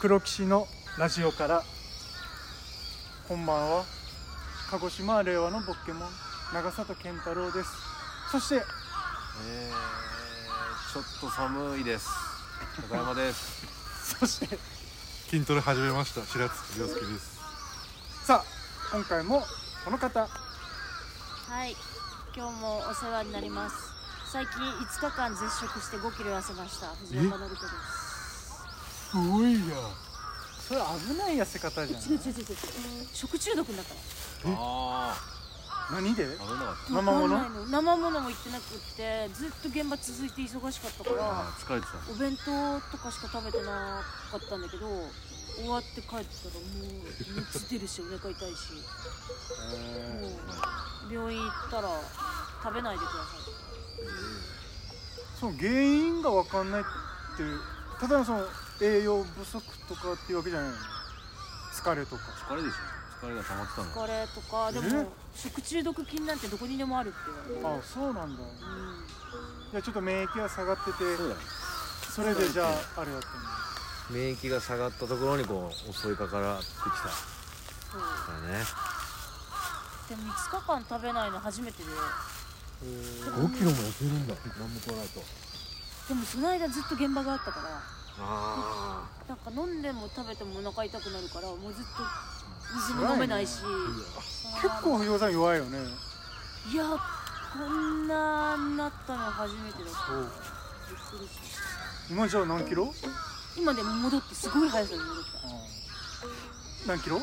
黒騎士のラジオからこんばんは鹿児島令和のボッケモン長里健太郎ですそしてえー、ちょっと寒いです高山ですそして筋トレ始めました白月涼介ですさあ今回もこの方はい、今日もお世話になります。最近5日間絶食して5キロ痩せました。藤山典子すごいやそれ危ない痩せ方じゃんです。違う違う違う違う。食中毒になったの。あ何であ危なかっ生ものわかんないの生ものも行ってなくって、ずっと現場続いて忙しかったかたら、あー疲れてたお弁当とかしか食べてなかったんだけど、終わって帰ったらもう熱出るしお腹痛いし、もう病院行ったら食べないでください。その原因が分かんないっていうただのその栄養不足とかっていうわけじゃないの疲れとか疲れでしょ疲れが溜まってたの疲れとか、でえも食中毒菌なんてどこにでもあるって言われて。あそうなんだいうんやちょっと免疫が下がっててそうだねそれでじゃああれだったんだ免疫が下がったところにこう襲いかからってきたそうからねでも5日間食べないの初めてで5キロも痩せるんだ何も取らないとでもその間ずっと現場があったからあなんか飲んでも食べてもお腹痛くなるからもうずっと水も飲めないし結構不良さん弱いよねいやこんなになったの初めてだったびっくりした今じゃあ何キロ今でも戻ってすごい速さで戻っ何キロ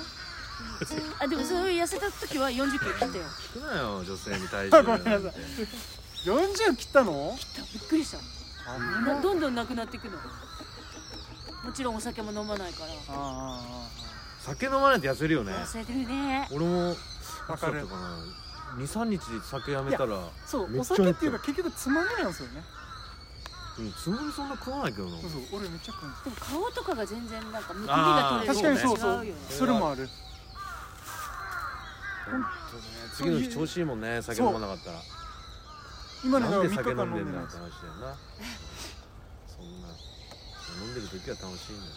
たあでもそういう痩せた時は40キロ切ったよあ聞くなよ女性に対あしてごめんなさい40切ったのびっくりしたあなどんどんなくなっていくのもちろんお酒も飲まないからあ 酒飲まないと痩せるよね痩せるね俺もわかるいつだったかな23日酒やめたらうそうめおっちゃ減った酒っていうか結局つまみなんですよねんつもりそんな食わないけどなそうそう俺めっちゃ食うんですでも顔とかが全然なんかむくみが取れる確かにそう違そううよねそれもある次の日調子いいもんね酒飲まなかったら今のなんがで3日酒飲間ん飲でんでんなだいよって話だよなそんな飲んでる時は楽しいんだよ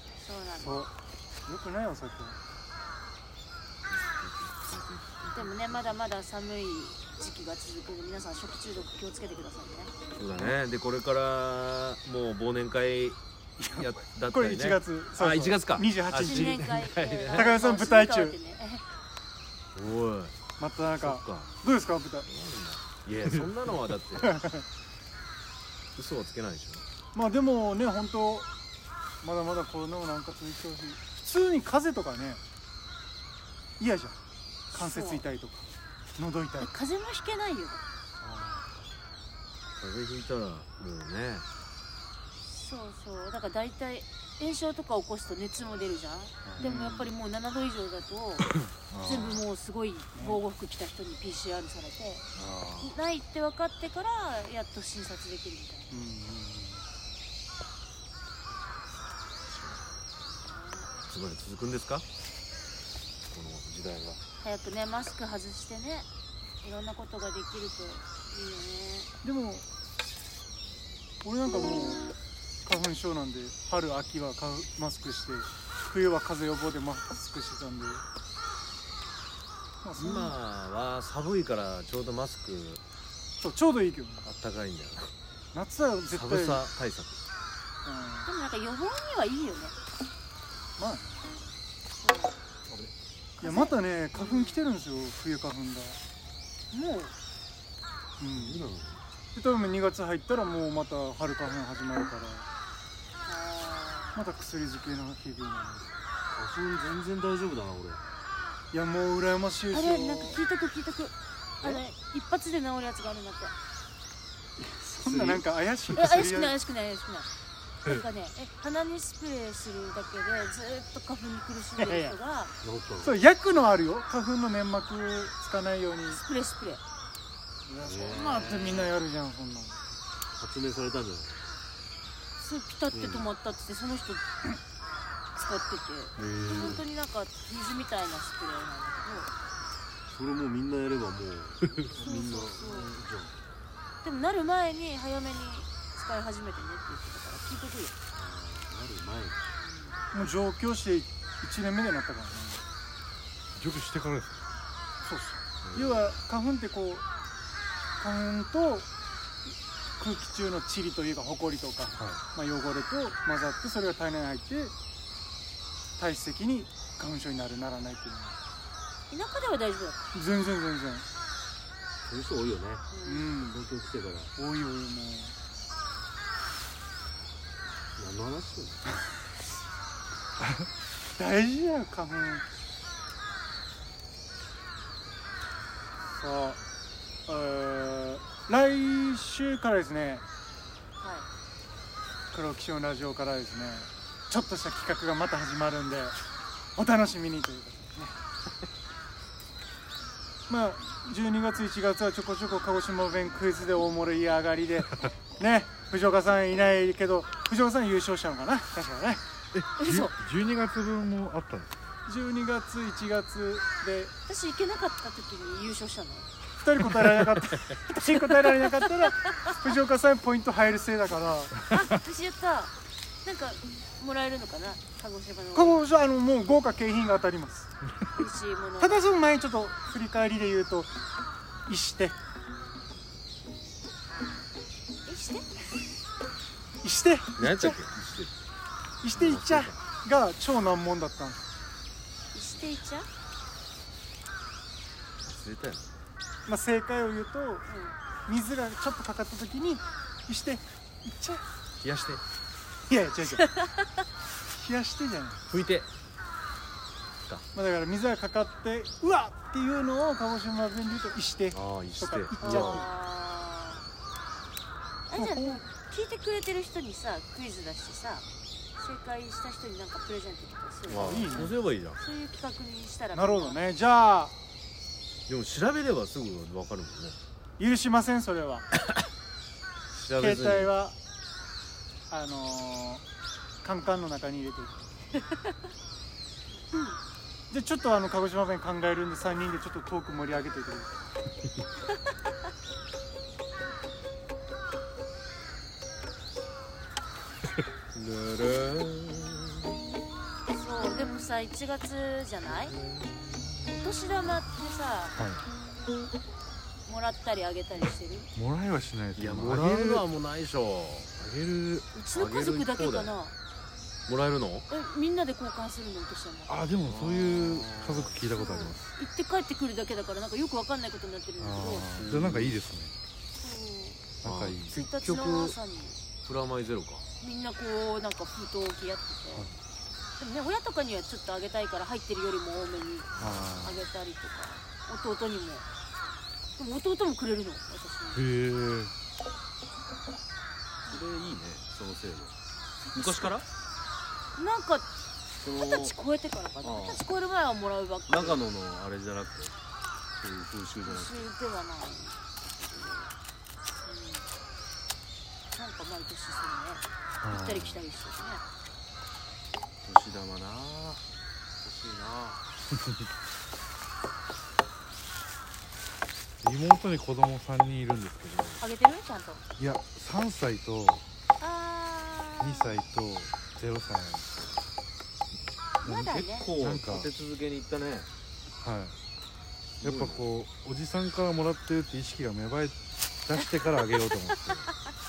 そうなそうよくないお酒のでもねまだまだ寒い時期が続くので皆さん食中毒気をつけてくださいねそうだねでこれからもう忘年会やだったこれりね1月そうそうあ1月か28新新日年年会会高田さん舞台中おいまたなんそかっかどうですか舞台いやそんなのはだって 嘘はつけないでしょまあでもね本当まだまだコロナもなんか続いてほしい普通に風邪とかね嫌じゃん関節痛いとか喉痛い風邪もひけないよ風邪ひいたらもうねそうそうだから大体炎症とか起こすと熱も出るじゃんでもやっぱりもう7度以上だと全部もうすごい防護服着た人に PCR されてないって分かってからやっと診察できるみたいなうんうんうんつまり続くんですかこの時代が早くねマスク外してねいろんなことができるといいよねでも俺なんかもう花粉症なんで春秋は花粉マスクして冬は風邪予防でマスクしてたんでまあそん今なは寒いからちょうどマスクそうちょうどいいけどねあったかいんだよ夏は絶対寒さ対うん策でもなんか予防にはいいよね。まあねいやまたね花粉来てるんですよ冬花粉がもううんで多分2月入ったらもうまた春花粉始まるからあまた薬漬けの日々なんで花粉全然大丈夫だな俺いやもう羨ましいーであすれよなんか聞いとく聞いとく。あれ一発で治るやつがあるんだって。そんななんか怪しいえ怪しくないい怪しくない怪しくない。なんかねえ鼻にスプレーするだけでずっと花粉に苦しんでる人がそう薬のあるよ花粉の粘膜つかないようにいやスプレースプレー。そんなってみんなやるじゃんそんなの発明されたんじゃそれピタって止まったっつってその人使っててないへ本当になんか水みたいなスプレーなんだそれもうみんなやればもうみんなそうそうそうじゃあけど。でもなる前に早めに使い始めてねって言ってたから聞いとくよ。なる前もうに上京して1年目でなったからね除去してからですかそうっす要は花粉ってこう花粉と空気中の塵というかほこりとか、まあ、汚れと混ざってそれが体内に入って体質的に花粉症になるならないっていうのは田舎では大丈夫だっ全然全然そういう人多いよねた、うん東京来てから多いよ多いもう何の話する大事や花粉さあえー来週からですねはい黒木ションラジオからですねちょっとした企画がまた始まるんでお楽しみにということでね まあ12月1月はちょこちょこ鹿児島弁クイズで大盛り上がりでね藤岡さんいないけど藤岡さん優勝したのかな確かねえ嘘じゅ12月分もあったんですか12月1月で私行けなかった時に優 勝したの2人答えられなかった私答えられなかったら藤岡さんポイント入るせいだからあ私やったなんかもらえるのかな鹿児こ島のこじゃあのもう豪華景品が当たります美味しいものただその前にちょっと振り返りで言うと石手えして石手何やったっ石手いっちゃが超難問だったんですしていちゃうけ忘れたよまあ、正解を言うとん水がちょっとかかった時に石手いっちゃ冷やしていやいや違う違 う冷やしてじゃない拭いてまあ、だから水がかかってうわっっていうのを鹿児島弁で言うと石手とああいいしかていっちゃあーあもうれじゃあこ聞いてくれてる人にさクイズ出してさ正解した人になんかプレゼントとかするああいいねそうすればいいじゃんそういう企画にしたらうなるほどねじゃあでも調べればすぐ分かるもんね許しませんそれは調べ携ずに帯はあのー、カンカンの中に入れて じゃあちょっとあの鹿児島弁考えるんで3人でちょっとトーク盛り上げてくださいぬるそうでもさ1月じゃないお年玉ってさはもらったりあげたりしてるいもらいはしないですーけいやどもらあげうるのはもうないでしょあげるうちの家族だけかなもらえるのえみんなで交換するのお年玉あでもそういう家族聞いたことあります行って帰ってくるだけだからなんかよくわかんないことになってるんだけどあーじゃあなんかいいですねあ仲いいーそう結1日の局朝にプラマイゼロかみんなこうなんか封筒を置き合ってて、でもね親とかにはちょっとあげたいから入ってるよりも多めにああげたりとか弟にもでも弟もくれるの私ーにへえそれいいねその制度昔からなんかその二十歳超えてからかなあー二十歳超える前はもらうばっかり長野のあれじゃなくてそういう風習じゃなくて年ではない、うん、なんか毎年するね行ったり来たりしてるねお年玉なあ欲しいなあ妹に子供3人いるんですけどあげてるちゃんといや3歳とあー2歳と0歳なんですよまだね結構なんか立て続けに行ったねはいやっぱこうおじさんからもらってるって意識が芽生え出してからあげようと 思ってあ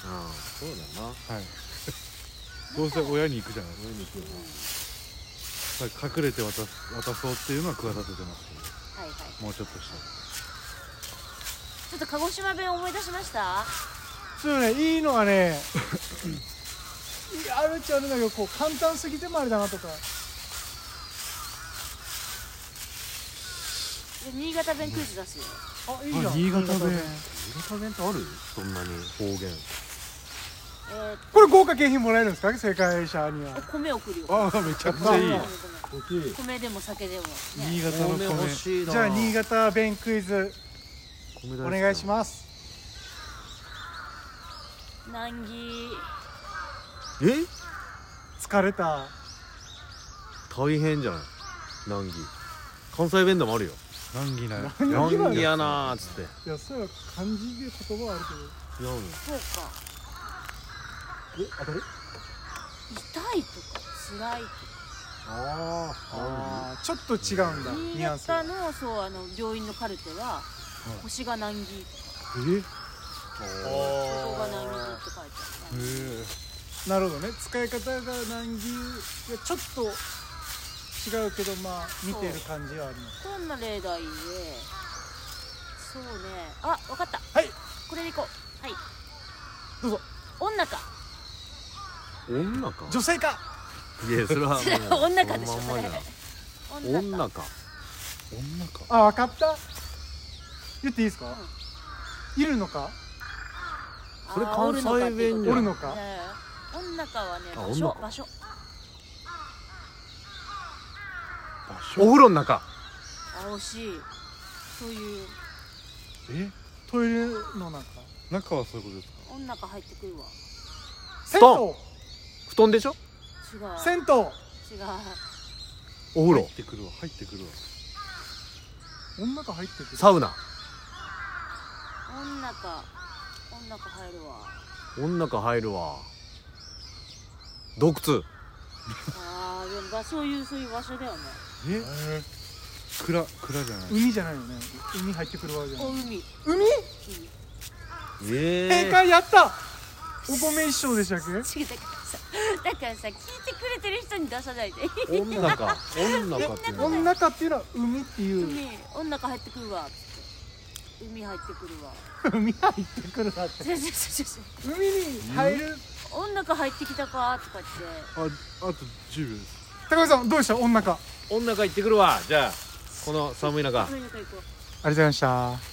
あそうだなはい どうせ親に行くじゃないですか上に行くよだから隠れて渡す渡そうっていうのは企ててますけどはいはいもうちょっとしたらちょっと鹿児島弁思い出しましたちょっとねいいのはねいやあるっちゃあるんだけどこう簡単すぎてもあれだなとかで新潟弁クイズ出すよあいいじゃんあ新潟弁新潟弁ってあるそんなに方言えー、これ豪華景品もらえるんですか正解者におは米送るよああめちゃくちゃいいごめんごめん大きいごめん米でも酒でも、ね、新潟の米欲しいなじゃあ新潟弁クイズ米お大好きだ願いします難儀え疲れた大変じゃない難儀関西弁でもあるよ難儀な難儀は難儀やなーっつっていやそういう漢字で言葉はある違うのそうかけどえ当たる痛いとか辛いとかあああーちょっと違うんだ新ニュアンス潟のそうあの病院のカルテは星が難儀ええ外が難儀あって書いてあえるーなるほどね使い方が難儀いやちょっと違うけどまあ見てる感じはありますどんな例題でそうねあわかったはいこれでいこうはいどうぞ女か女か女性かいやそれはもう 女かでしょそのまんまじゃん女か女女かかあ分かった言っていいですか、いるのかそれ関西弁じゃんおるのかか女かはねあ場所女か場所 お風呂の中あ惜しいそういうえトイレの中中はそういうことですか女か入ってくるわ銭ド布団でしょ違湯う銭湯違うお風入呂ってくるわ入ってくるわ女が入ってくるサウナ女か女か入るわ女か入るわ洞窟あーでも場そういうそういう場所だよねえ蔵蔵じゃない海じゃないよね海入ってくるわけじゃなおい海海え正解やったお米一生でしたっけ違うだからさだからさ聞いてくれてる人に出さないでえ女か女かっていうのは女かっていうのは海っていう海女か入ってくるわっつって海入ってくるわ海入ってくるなって違う違う違う違う海に入る女か入ってきたかとかってああと10秒です高橋さんどうでした女か女か行ってくるわじゃあこの寒い中そういうのか行こあうりがとうございました